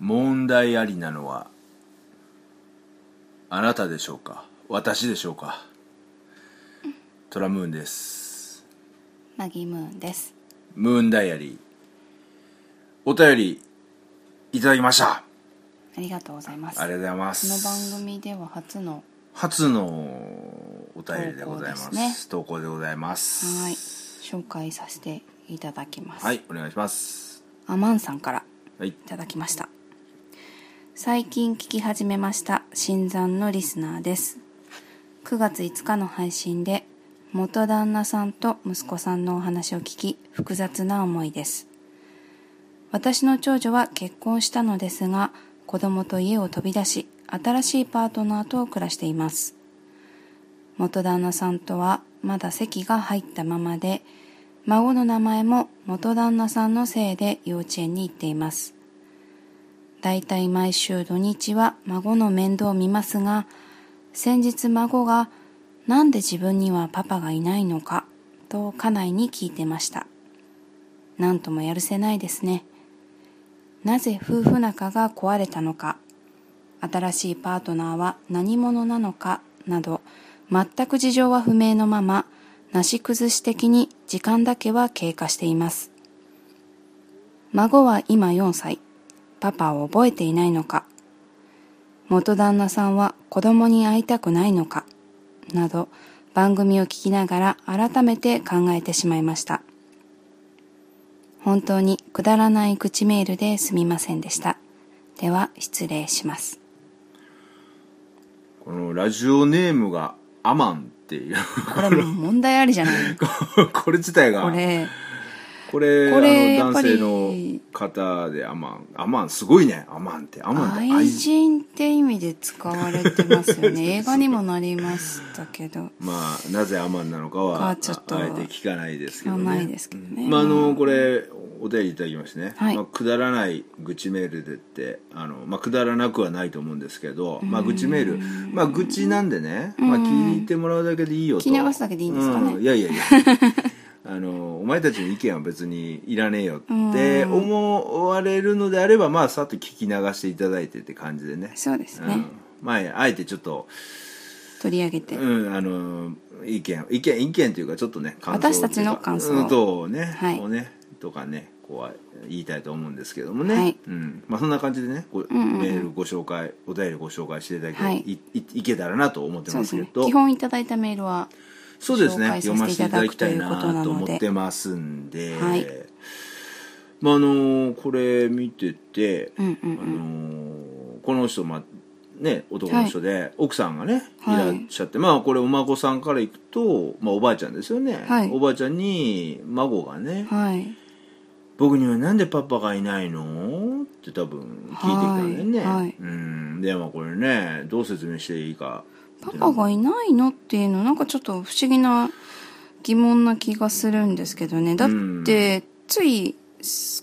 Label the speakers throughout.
Speaker 1: 問題ありなのはあなたでしょうか私でしょうかトラムーンです
Speaker 2: マギームーンです
Speaker 1: ムーンダイアリーお便りいただきました
Speaker 2: ありがとうございます
Speaker 1: ありがとうございま
Speaker 2: この
Speaker 1: す
Speaker 2: 番組では初の
Speaker 1: 初のお便りでございま
Speaker 2: 投稿
Speaker 1: す
Speaker 2: ですね
Speaker 1: 投稿でございます
Speaker 2: はい紹介させていただきます、
Speaker 1: はい、お願いします
Speaker 2: アマンさんから
Speaker 1: はい
Speaker 2: いただきました最近聞き始めました新参のリスナーです9月5日の配信で元旦那さんと息子さんのお話を聞き複雑な思いです私の長女は結婚したのですが子供と家を飛び出し新しいパートナーと暮らしています元旦那さんとはまだ籍が入ったままで孫の名前も元旦那さんのせいで幼稚園に行っていますだいたい毎週土日は孫の面倒を見ますが、先日孫が、なんで自分にはパパがいないのか、と家内に聞いてました。なんともやるせないですね。なぜ夫婦仲が壊れたのか、新しいパートナーは何者なのか、など、全く事情は不明のまま、なし崩し的に時間だけは経過しています。孫は今4歳。パパを覚えていないのか。元旦那さんは子供に会いたくないのか。など、番組を聞きながら改めて考えてしまいました。本当にくだらない口メールですみませんでした。では、失礼します。
Speaker 1: このラジオネームがアマンっていう
Speaker 2: これもう問題ありじゃない
Speaker 1: これ自体が
Speaker 2: これ、
Speaker 1: これ
Speaker 2: これ
Speaker 1: あの
Speaker 2: やっぱ
Speaker 1: 男性
Speaker 2: り
Speaker 1: の方でアマンアマンすごいねアマンってアマンって
Speaker 2: 愛人って意味で使われてますよね。映画にもなりましたけ ど。
Speaker 1: まあなぜアマンなのかは
Speaker 2: か
Speaker 1: あ
Speaker 2: ちょっと
Speaker 1: あえて聞かないですけどね
Speaker 2: 聞かないですけどね
Speaker 1: うんまああのこれお便りいただきましてね、
Speaker 2: はい
Speaker 1: まあ、くだらない愚痴メールでってあの、まあ、くだらなくはないと思うんですけど、まあ、愚痴メール、まあ、愚痴なんでね、まあ、聞いてもらうだけでいいよと
Speaker 2: 聞き流すだけでいいんですかね
Speaker 1: うんいやいやいや あのお前たちの意見は別にいらねえよって思われるのであれば、まあ、さっと聞き流していただいてって感じでね
Speaker 2: そうです
Speaker 1: う
Speaker 2: ね
Speaker 1: ん。まあ、あえてちょっと
Speaker 2: 取り上げて。
Speaker 1: うん、あの意見意見意見というかちょっとね感想というか
Speaker 2: 私たちの感想
Speaker 1: うんとね,、
Speaker 2: はい
Speaker 1: をねとかねこうは言いたいと思うんですけどもね、
Speaker 2: はい
Speaker 1: うんまあ、そんな感じでねこう、
Speaker 2: んうんうん
Speaker 1: メールご紹介お便りご紹介していただけ、
Speaker 2: はいい
Speaker 1: いいけたらなと思って
Speaker 2: そう
Speaker 1: ま
Speaker 2: ですす
Speaker 1: け
Speaker 2: ね。
Speaker 1: ど
Speaker 2: 基本いただいたメールは、
Speaker 1: そうですね
Speaker 2: 紹介
Speaker 1: 読
Speaker 2: さ
Speaker 1: ま
Speaker 2: せ
Speaker 1: せてい
Speaker 2: ていた
Speaker 1: た
Speaker 2: だ
Speaker 1: だ
Speaker 2: く
Speaker 1: き
Speaker 2: と
Speaker 1: た
Speaker 2: い
Speaker 1: いう
Speaker 2: ことなので
Speaker 1: なと思ってますんで、
Speaker 2: はい
Speaker 1: まああのこれ見てて、
Speaker 2: うんうん
Speaker 1: あのーこの人、まあね、男の人で、奥さんがねい
Speaker 2: は
Speaker 1: ら
Speaker 2: い
Speaker 1: っしゃって、まあこれお孫さんからいくと、まあ、おばあちゃんですよね、
Speaker 2: はい
Speaker 1: おばあちゃんに孫がね
Speaker 2: はい。
Speaker 1: 「僕にはなんでパパがいないの?」って多分聞いてきたんだよね、
Speaker 2: はいはい
Speaker 1: うんでまあこれねどう説明していいか
Speaker 2: パパがいないのっていうの、なんかちょっと不思議な疑問な気がするんですけどね。だって、つい、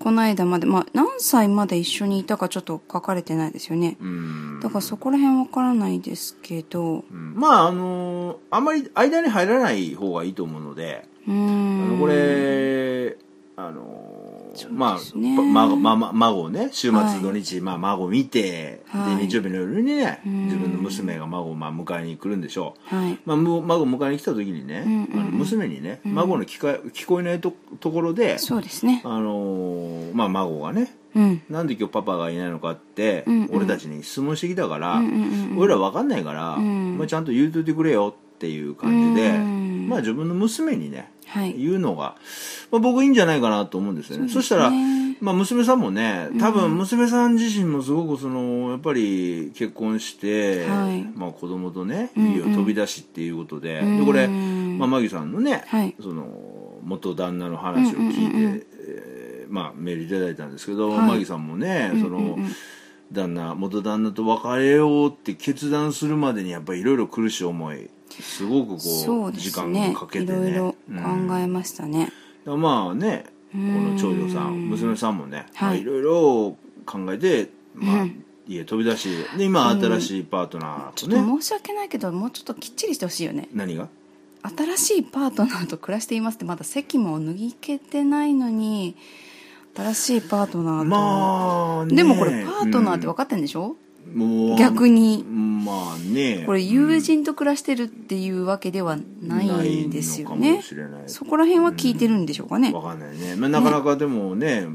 Speaker 2: この間まで、まあ、何歳まで一緒にいたかちょっと書かれてないですよね。
Speaker 1: うん
Speaker 2: だからそこら辺わからないですけど、
Speaker 1: うんまああのーあんまり間に入らない方がいいと思うので、
Speaker 2: う
Speaker 1: あの
Speaker 2: ん。
Speaker 1: これあのーまあ
Speaker 2: すね
Speaker 1: ば孫まあまあ孫をね週末土日、まあ孫見て、
Speaker 2: は
Speaker 1: で
Speaker 2: い
Speaker 1: 日曜日の夜にね
Speaker 2: うん
Speaker 1: 自分の娘が孫をまあ迎えに来るんでしょう。
Speaker 2: はい。
Speaker 1: まあ、む孫迎えに来た時にね、
Speaker 2: うんうんうん
Speaker 1: あの娘にね孫の聞か聞こえないとところで、
Speaker 2: そうですね。
Speaker 1: あのーまあ、孫がね
Speaker 2: うん。
Speaker 1: なんで今日パパがいないのかって、
Speaker 2: うんうん
Speaker 1: 俺たちに質問してきたから、
Speaker 2: うんうんうん
Speaker 1: 俺ら分かんないから、
Speaker 2: ん
Speaker 1: お前ちゃんと言うといてくれよっていう感じで、
Speaker 2: うん
Speaker 1: まあ、自分の娘にね
Speaker 2: はい。
Speaker 1: 言うのが、まあ、僕いいんじゃないかなと思うんですよねそ
Speaker 2: そうですね
Speaker 1: したら、まあ、娘さんもね多分娘さん自身もすごくそのやっぱり結婚して、
Speaker 2: はい
Speaker 1: まあ、子供とね
Speaker 2: んうん
Speaker 1: 家を飛び出しっていうことで,、でこれ、
Speaker 2: うん
Speaker 1: まあ、マギさんのね、
Speaker 2: はい
Speaker 1: その元旦那の話を聞いて、
Speaker 2: うんうんうんう
Speaker 1: えーまあ、メールいただいたんですけど、
Speaker 2: はい
Speaker 1: マギさんもねその、
Speaker 2: うんうんうん
Speaker 1: 旦那元旦那と別れようって決断するまでにやっぱりいろいろ苦しい思いすごくこ
Speaker 2: そう
Speaker 1: う
Speaker 2: で
Speaker 1: 時
Speaker 2: す
Speaker 1: 間
Speaker 2: ね
Speaker 1: をかけて
Speaker 2: い
Speaker 1: ね
Speaker 2: ろいろ考
Speaker 1: うん
Speaker 2: えました
Speaker 1: だ
Speaker 2: ね、
Speaker 1: からまあねこの長女さん娘さんもね、まあ
Speaker 2: はい
Speaker 1: いろいろ考えて、まあ
Speaker 2: うん
Speaker 1: 家飛び出しで今新しいパートナー
Speaker 2: ち
Speaker 1: と
Speaker 2: ょっと
Speaker 1: ね、
Speaker 2: 申し訳ないけどもうちょっときっちりしてほしいよね
Speaker 1: 何が
Speaker 2: 新しいパートナーと暮らしていますってまだ席も脱ぎけてないのに新しいパートナーと、
Speaker 1: まあね
Speaker 2: でもこれパートナーって
Speaker 1: か
Speaker 2: 分かってんでしょ、
Speaker 1: もう
Speaker 2: 逆に
Speaker 1: まあね
Speaker 2: これ友人と暮らしてるっていうわけではないんですよ
Speaker 1: ないのかも
Speaker 2: ね
Speaker 1: しれない
Speaker 2: そこら辺は聞いてるんでしょうかね
Speaker 1: わかんないね、まあ、なかなかでもね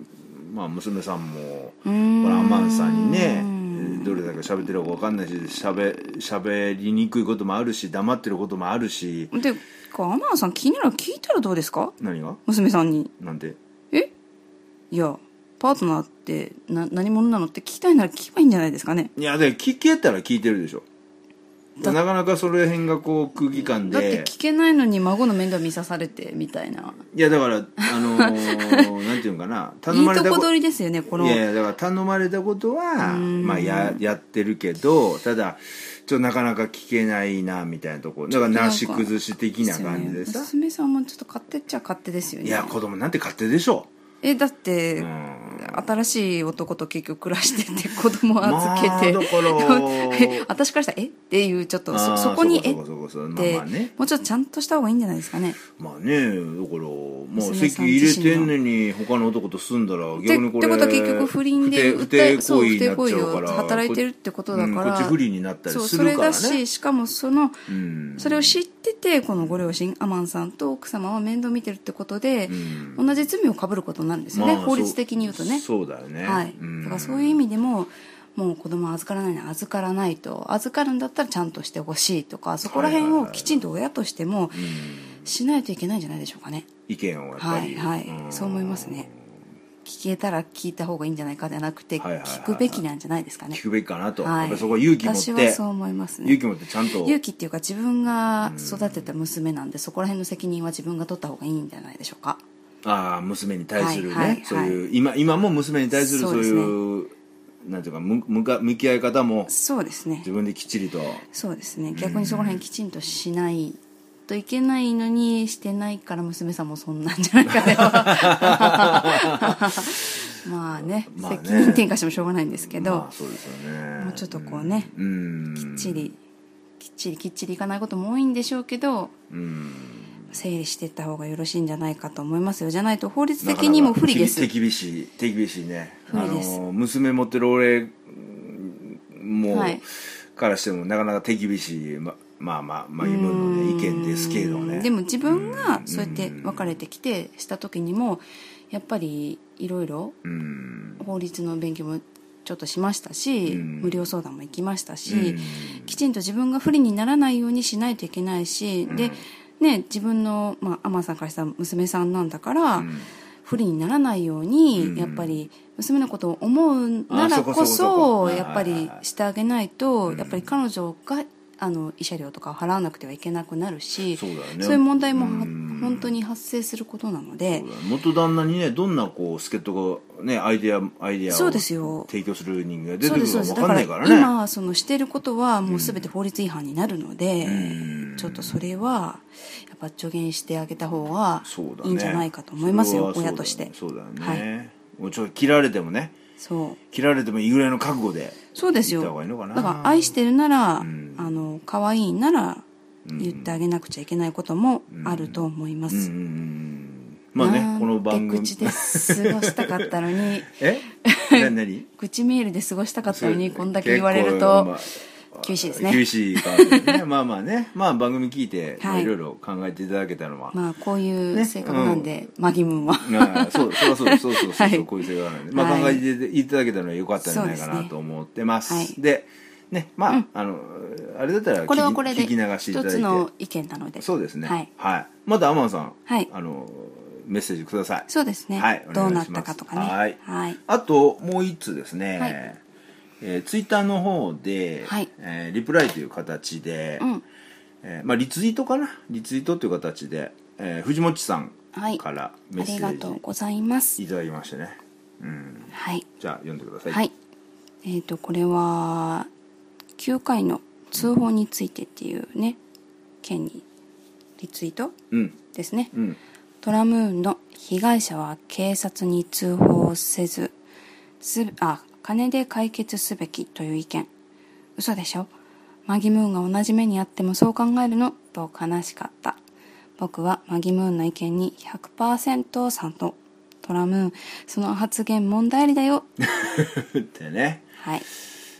Speaker 1: まあ、娘さんも
Speaker 2: うーん
Speaker 1: これアマンさんにねえーどれだけ喋ってるかわかんないし喋喋りにくいこともあるし黙ってることもあるし
Speaker 2: でかアマンさん気になる聞いたらどうですか
Speaker 1: 何が
Speaker 2: 娘さんに
Speaker 1: なんて
Speaker 2: えいやパートナーってな何者なのって聞きたいなら聞けばいいんじゃないですかね
Speaker 1: いやで聞けたら聞いてるでしょなかなかそれ辺がこう空気感
Speaker 2: だって
Speaker 1: で
Speaker 2: 聞けないのに孫の面倒見さされてみたいない
Speaker 1: やだからあの ーなんていうのかない頼
Speaker 2: い
Speaker 1: まれ
Speaker 2: と
Speaker 1: た
Speaker 2: こ
Speaker 1: こと
Speaker 2: 取りですよねこの
Speaker 1: いやいやだから頼まれたことはまあややってるけどただちょっとなかなか聞けないなみたいなとこだからなし崩し的な感じで
Speaker 2: ですよね
Speaker 1: さ、
Speaker 2: 娘さんもちょっと勝手っちゃ勝手ですよね
Speaker 1: いや子供なんて勝手でしょ
Speaker 2: えだって、
Speaker 1: ん
Speaker 2: 新しい男と結局暮らしてて子供預けて、
Speaker 1: まあだから
Speaker 2: え私からしたらえっていうちょっと
Speaker 1: あー
Speaker 2: そそこに
Speaker 1: そ
Speaker 2: え
Speaker 1: こそこそこ
Speaker 2: っ
Speaker 1: ま
Speaker 2: て
Speaker 1: あまあね
Speaker 2: もうちょっとちゃんとした方がいいんじゃないですかね
Speaker 1: まあねだからもう
Speaker 2: 娘
Speaker 1: 籍
Speaker 2: さん
Speaker 1: 入れ
Speaker 2: 自身
Speaker 1: て
Speaker 2: が
Speaker 1: んのに他の男と住んだら
Speaker 2: で
Speaker 1: 逆にこ
Speaker 2: ってこ
Speaker 1: れ
Speaker 2: とは結局不倫で
Speaker 1: 不
Speaker 2: 訴
Speaker 1: 定
Speaker 2: え
Speaker 1: 不
Speaker 2: そう不
Speaker 1: 定
Speaker 2: 貞
Speaker 1: 行
Speaker 2: 行
Speaker 1: 為
Speaker 2: 為
Speaker 1: になっちゃうか
Speaker 2: を
Speaker 1: ら
Speaker 2: 働いてるってことだから、
Speaker 1: うんこっち不利になったり
Speaker 2: そう
Speaker 1: す
Speaker 2: それ
Speaker 1: るから
Speaker 2: だ
Speaker 1: ね
Speaker 2: ししかもその
Speaker 1: うん
Speaker 2: それを知っててこのご両親アマンさんと奥様は面倒見てるってことで、
Speaker 1: ん
Speaker 2: 同じ罪をかぶることになるんですよね、
Speaker 1: まあ
Speaker 2: 法律的に言うとね
Speaker 1: そうそうだよね
Speaker 2: はい、
Speaker 1: うん
Speaker 2: だからそういう意味でももう子供預からないなら預からないと預かるんだったらちゃんとしてほしいとかそこら辺
Speaker 1: はいはい
Speaker 2: を
Speaker 1: はい
Speaker 2: きちんと親としてもしないといけないんじゃないでしょうかね
Speaker 1: 意見をやっぱ
Speaker 2: はい
Speaker 1: り
Speaker 2: はい、
Speaker 1: ん
Speaker 2: そう思いますね聞けたら聞いた方がいいんじゃないかじゃなくて
Speaker 1: はいはいはいはい
Speaker 2: 聞くべきなんじゃないですかね
Speaker 1: 聞くべきかなと、
Speaker 2: は
Speaker 1: やっ
Speaker 2: い
Speaker 1: ぱそこは勇気持って
Speaker 2: 私はそう思いますね
Speaker 1: 勇気持ってちゃんと
Speaker 2: 勇気っていうか自分が育てた娘なんでそこら辺の責任は自分が取った方がいいんじゃないでしょうか
Speaker 1: ああ娘に対するね、
Speaker 2: はいはいはい
Speaker 1: そういう今今も娘に対する
Speaker 2: そ
Speaker 1: そうう
Speaker 2: です
Speaker 1: い
Speaker 2: ね
Speaker 1: うなんていうかむ向か向き合い方も
Speaker 2: そうですね
Speaker 1: 自分できっちりと
Speaker 2: そうですね逆にそこら辺きちんとしないといけないのにしてないから娘さんもそんなんじゃない かねまあね,、
Speaker 1: まあね
Speaker 2: 責任転嫁してもしょうがないんですけど、
Speaker 1: まあそうですよね
Speaker 2: もうちょっとこうね
Speaker 1: うん
Speaker 2: きっちりきっちりきっちりいかないことも多いんでしょうけど
Speaker 1: うん
Speaker 2: 整理していった方がよろしいんじゃないかと思いますよじゃないと法律的にも不利です
Speaker 1: 手厳しい手厳しいね
Speaker 2: 不利です
Speaker 1: あの娘持ってる俺もう、
Speaker 2: はい
Speaker 1: からしてもなかなか手厳しいままあまあまあ自分の、ね、意見ですけどね
Speaker 2: でも自分がそうやって別れてきてした時にもやっぱりいろいろ
Speaker 1: うん
Speaker 2: 法律の勉強もちょっとしましたし、
Speaker 1: うん
Speaker 2: 無料相談も行きましたし、
Speaker 1: うん
Speaker 2: きちんと自分が不利にならないようにしないといけないし、で、ね、自分の、まあ、アマンさんからしたら娘さんなんだから、
Speaker 1: ん
Speaker 2: 不利にならないように、
Speaker 1: うん
Speaker 2: やっぱり娘のことを思うな
Speaker 1: あ
Speaker 2: ら
Speaker 1: そこ
Speaker 2: こ
Speaker 1: そこそ
Speaker 2: そ
Speaker 1: こ
Speaker 2: やっぱ
Speaker 1: はいはい
Speaker 2: り
Speaker 1: はい
Speaker 2: してあげないと、やっぱり彼女があの慰謝料とかを払わなくてはいけなくなるし
Speaker 1: そうだよね
Speaker 2: いう問題もは
Speaker 1: うん
Speaker 2: 本当に発生することなので
Speaker 1: そうだね元旦那にねどんなこう助っ人がねアイデアアイデア
Speaker 2: そ
Speaker 1: を
Speaker 2: うですよ
Speaker 1: 提供する人間が出
Speaker 2: そ
Speaker 1: て
Speaker 2: う
Speaker 1: く
Speaker 2: で
Speaker 1: る
Speaker 2: す
Speaker 1: か
Speaker 2: そうです
Speaker 1: 分
Speaker 2: だ
Speaker 1: かん
Speaker 2: から
Speaker 1: ないからね
Speaker 2: 今そのしてることはもう全て法律違反になるので、
Speaker 1: うん
Speaker 2: ちょっとそれはやっぱ助言してあげた方が
Speaker 1: そうだね
Speaker 2: いいんじゃないかと思いますよ、
Speaker 1: それは
Speaker 2: 親として
Speaker 1: そうだよね、
Speaker 2: はい、
Speaker 1: もうちょっと切られてもね
Speaker 2: そう
Speaker 1: 切られてもいいぐらいの覚悟で
Speaker 2: そうですよ
Speaker 1: 言った方がいいのかな
Speaker 2: だから愛してるなら、
Speaker 1: ん
Speaker 2: あの可愛いなら言ってあげなくちゃいけないこともあると思いま
Speaker 1: うんうん
Speaker 2: す、
Speaker 1: うんまあねこの番
Speaker 2: なんて
Speaker 1: 組
Speaker 2: 口で過ごしたかった のに
Speaker 1: え何何
Speaker 2: 口メールで過ごしたかったのにこんだけ言われる
Speaker 1: 結構ま
Speaker 2: と
Speaker 1: あ
Speaker 2: 厳しいですね
Speaker 1: 厳しい感じでね まあまあねまあ番組聞いて、まあ
Speaker 2: はい
Speaker 1: いろいろ考えていただけたのは、
Speaker 2: まあこういう性格なんで、マギムーンは
Speaker 1: ああそうそうそうそうそうそう、
Speaker 2: はい
Speaker 1: こういう性格なんで、まあ、
Speaker 2: は
Speaker 1: 考
Speaker 2: い
Speaker 1: えていただけたのは良かったんじゃないか
Speaker 2: そう
Speaker 1: な
Speaker 2: ですね
Speaker 1: と思ってます。
Speaker 2: はい
Speaker 1: でねまあ、あのあれだったら聞き
Speaker 2: これはこれで
Speaker 1: 聞き流していただ
Speaker 2: 一
Speaker 1: いて
Speaker 2: つの意見なので
Speaker 1: そうですね
Speaker 2: はい、
Speaker 1: またアマンさん、
Speaker 2: はい
Speaker 1: あのメッセージください。
Speaker 2: そうですね、
Speaker 1: はいお
Speaker 2: どう
Speaker 1: 願いし
Speaker 2: な
Speaker 1: ます
Speaker 2: ったかとかね
Speaker 1: はい
Speaker 2: はい
Speaker 1: あともう一つですね、
Speaker 2: はい
Speaker 1: えーツイッターの方で、
Speaker 2: はい
Speaker 1: えーリプライという形で、
Speaker 2: うん
Speaker 1: えーまあ、リツイートかなリツイートという形で、えー藤本さんからメ
Speaker 2: あ
Speaker 1: ッセ
Speaker 2: りがとう
Speaker 1: ー
Speaker 2: ございます
Speaker 1: ジいただきましてね、うん、
Speaker 2: はい
Speaker 1: じゃあ読んでください、
Speaker 2: はいえっ、とこれは9回の通報についてっていうね件にリツイート
Speaker 1: うん
Speaker 2: ですね、
Speaker 1: うん
Speaker 2: トラムーンの被害者は警察に通報せずすあ金で解決すべきという意見嘘でしょマギムーンが同じ目にあってもそう考えるのと悲しかった僕はマギムーンの意見に100%賛同とトラムーンその発言問題ありだよ
Speaker 1: ってね
Speaker 2: はい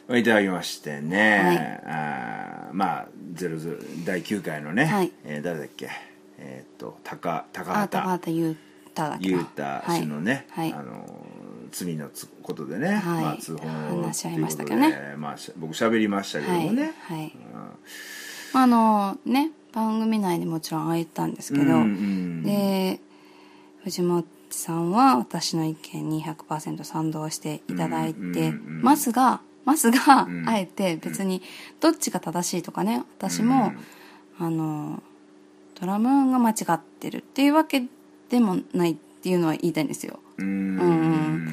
Speaker 1: まあいただきましてね、
Speaker 2: は
Speaker 1: あーまあ00第9回のね、
Speaker 2: はい
Speaker 1: えー誰だっけえーっと高高
Speaker 2: あ高
Speaker 1: 畑
Speaker 2: 畑優太だっけな
Speaker 1: 雄太氏のね、
Speaker 2: はい、は
Speaker 1: あ
Speaker 2: い、
Speaker 1: の罪のつことでね、
Speaker 2: はい
Speaker 1: まあ、通報
Speaker 2: 話し合いましたけ
Speaker 1: とい
Speaker 2: ど
Speaker 1: う
Speaker 2: ね
Speaker 1: ことで、まあ、し僕喋りましたけどもね、
Speaker 2: はいはいまああのね番組内でもちろんああ言ったんですけど、
Speaker 1: うんうん
Speaker 2: で藤本さんは私の意見に100%賛同していただい
Speaker 1: うんうん
Speaker 2: て
Speaker 1: うん
Speaker 2: ますがますが、
Speaker 1: ん
Speaker 2: あえて別にどっちが正しいとかね私も、あのドラムが間違ってるっていうわけでもないっていうのは言いたいんですよ。
Speaker 1: うんうん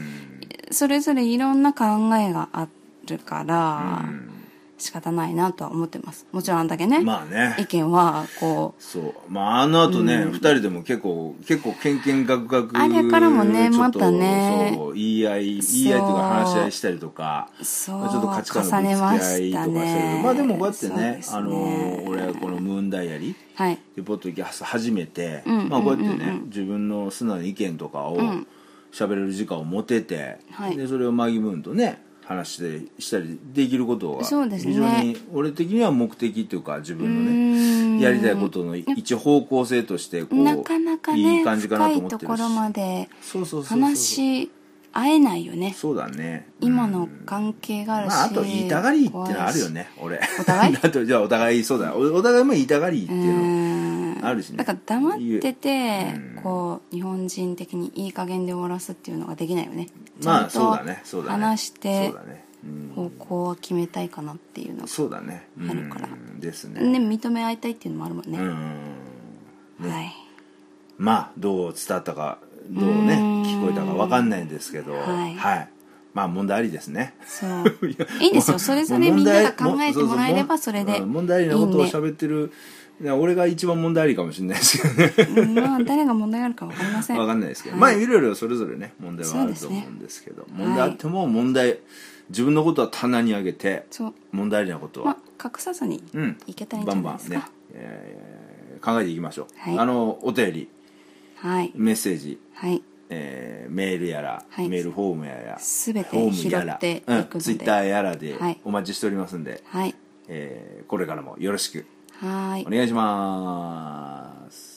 Speaker 2: それぞれいろんな考えがあるから、
Speaker 1: う
Speaker 2: 仕方ないなとは思ってます。もちろんあんだけね、
Speaker 1: んまあね
Speaker 2: 意見はこう
Speaker 1: そうまああの後ね、二人でも結構結構けんけんがくがく
Speaker 2: あれからもねまたね
Speaker 1: そう言い合い言い合いとか話し合いしたりとか
Speaker 2: そう
Speaker 1: まあちょっと価値観の
Speaker 2: 重ねま
Speaker 1: ぶつけ合い
Speaker 2: し
Speaker 1: とかし
Speaker 2: た
Speaker 1: たりとか
Speaker 2: ね
Speaker 1: まあでもこうやってね
Speaker 2: そうです
Speaker 1: あの俺はこの「ムーンダイアリー」
Speaker 2: はい
Speaker 1: でポッドキャスト始めて、
Speaker 2: うんうん
Speaker 1: まあ、こうやってね、自分の素直な意見とかを
Speaker 2: ん
Speaker 1: 喋れる時間を持てて、
Speaker 2: はい
Speaker 1: でそれをマギムーンとね話してしたりできることが
Speaker 2: そうですね
Speaker 1: 非常に俺的には目的というか自分のね
Speaker 2: うん
Speaker 1: やりたいことの一方向性としてこう
Speaker 2: なかなかね
Speaker 1: いい感じかな
Speaker 2: 深
Speaker 1: と
Speaker 2: い
Speaker 1: 思って
Speaker 2: と
Speaker 1: るし
Speaker 2: ころまで
Speaker 1: そうそうそうそう
Speaker 2: 話し合えないよね
Speaker 1: そうだね
Speaker 2: 今の関係があるし、
Speaker 1: まあ、あと言いたがりってのはあるよね俺
Speaker 2: お互 い
Speaker 1: だとじゃあお互いそうだおお互いも言いたがりって
Speaker 2: 怖い
Speaker 1: いうの
Speaker 2: しうん
Speaker 1: あるしね
Speaker 2: だから黙ってて
Speaker 1: うん
Speaker 2: こう日本人的にいい加減で終わらすっていうのができないよね
Speaker 1: まあ
Speaker 2: ちゃんと
Speaker 1: そうだねそうだね
Speaker 2: 話して
Speaker 1: そうだね、うん
Speaker 2: 方向を決めたいかなっていうのが
Speaker 1: そうだね
Speaker 2: あるから
Speaker 1: うんですね
Speaker 2: ね認め合いたいっていうのもあるもん
Speaker 1: う
Speaker 2: ね、
Speaker 1: ん
Speaker 2: はい
Speaker 1: まあどう伝わったかどうね
Speaker 2: うん
Speaker 1: 聞こえたか分かんないんですけど
Speaker 2: はい
Speaker 1: まあ問題ありですね
Speaker 2: そ う
Speaker 1: いや
Speaker 2: いいんですよそれぞれみんなが考えてもらえれば
Speaker 1: もう
Speaker 2: それで
Speaker 1: ううん問題ありなこと
Speaker 2: いい
Speaker 1: を
Speaker 2: ね
Speaker 1: 喋ってるいや俺が一番問題ありかもしれないですけどね
Speaker 2: うんまあ誰が問題があるか分かりません
Speaker 1: 分かんないですけど、
Speaker 2: はい
Speaker 1: まあいろいろそれぞれね問題はあると
Speaker 2: そうですね
Speaker 1: 思うんですけど問題あっても問題、自分のことは棚に上げて
Speaker 2: そう
Speaker 1: 問題ありなことは、
Speaker 2: まあ隠さずに
Speaker 1: うん
Speaker 2: いけたらいいんじ
Speaker 1: バ
Speaker 2: ゃ
Speaker 1: ン
Speaker 2: ない
Speaker 1: バ
Speaker 2: で
Speaker 1: ン
Speaker 2: すか、
Speaker 1: ね、えー考えていきましょう、
Speaker 2: はい
Speaker 1: あのお便り
Speaker 2: はい
Speaker 1: メッセージ、
Speaker 2: はい
Speaker 1: えーメールやら、
Speaker 2: はい
Speaker 1: メールフォームやら
Speaker 2: すべて
Speaker 1: フォームやら
Speaker 2: 拾っていくので
Speaker 1: うん、ツイッターやらで
Speaker 2: はい
Speaker 1: お待ちしておりますんで、
Speaker 2: はい
Speaker 1: えーこれからもよろしく
Speaker 2: はーい
Speaker 1: お願いします